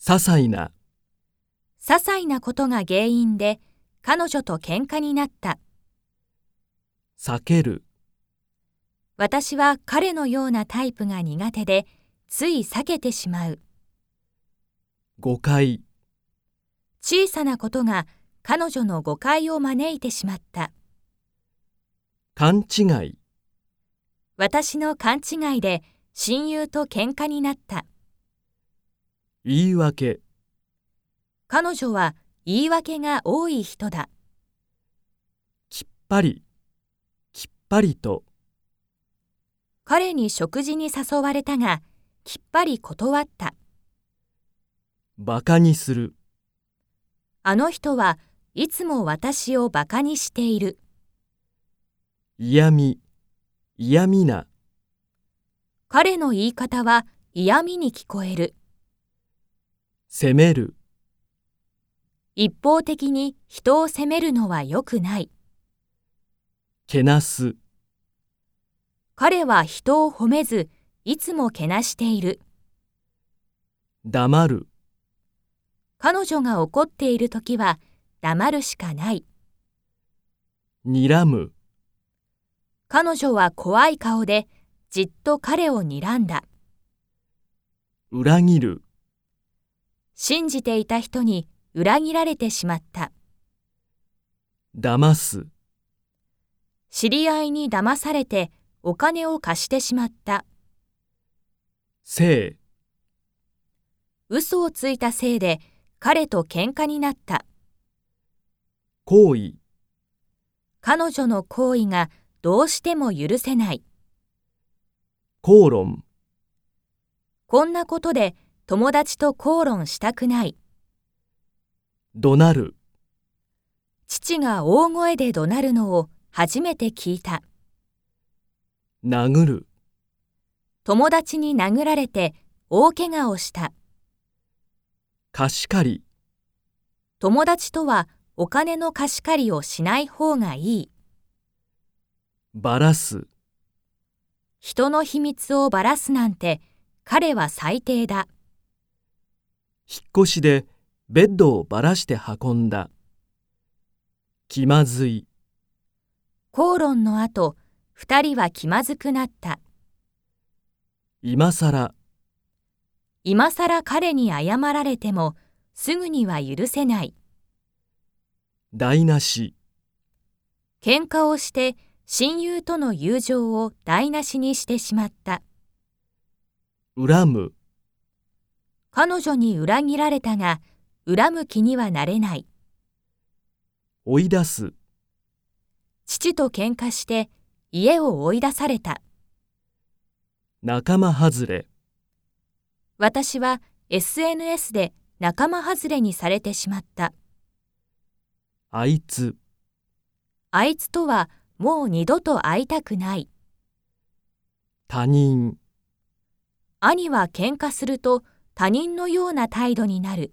些細な、些細なことが原因で彼女と喧嘩になった。避ける、私は彼のようなタイプが苦手で、つい避けてしまう。誤解、小さなことが彼女の誤解を招いてしまった。勘違い、私の勘違いで親友と喧嘩になった。言い訳、彼女は言い訳が多い人だ。きっぱり、きっぱりと、彼に食事に誘われたが、きっぱり断った。馬鹿にする、あの人はいつも私をバカにしている。嫌味、嫌味な、彼の言い方は嫌味に聞こえる。責める、一方的に人を責めるのは良くない。けなす、彼は人を褒めず、いつもけなしている。黙る、彼女が怒っている時は黙るしかない。睨む、彼女は怖い顔でじっと彼を睨んだ。裏切る、信じていた人に裏切られてしまった。騙す、知り合いに騙されてお金を貸してしまった。性、嘘をついたせいで彼と喧嘩になった。行為、彼女の行為がどうしても許せない。口論、こんなことで友達と口論したくない。怒鳴る、父が大声で怒鳴るのを初めて聞いた。殴る、友達に殴られて大怪我をした。貸し借り、友達とはお金の貸し借りをしない方がいい。ばらす、人の秘密をばらすなんて彼は最低だ。引っ越しでベッドをばらして運んだ。気まずい、口論の後、二人は気まずくなった。今さら、今さら彼に謝られてもすぐには許せない。台無し、喧嘩をして親友との友情を台無しにしてしまった。恨む、彼女に裏切られたが、恨む気にはなれない。追い出す、父と喧嘩して家を追い出された。仲間外れ、私は SNS で仲間外れにされてしまった。あいつ、あいつとはもう二度と会いたくない。他人。兄は喧嘩すると他人のような態度になる。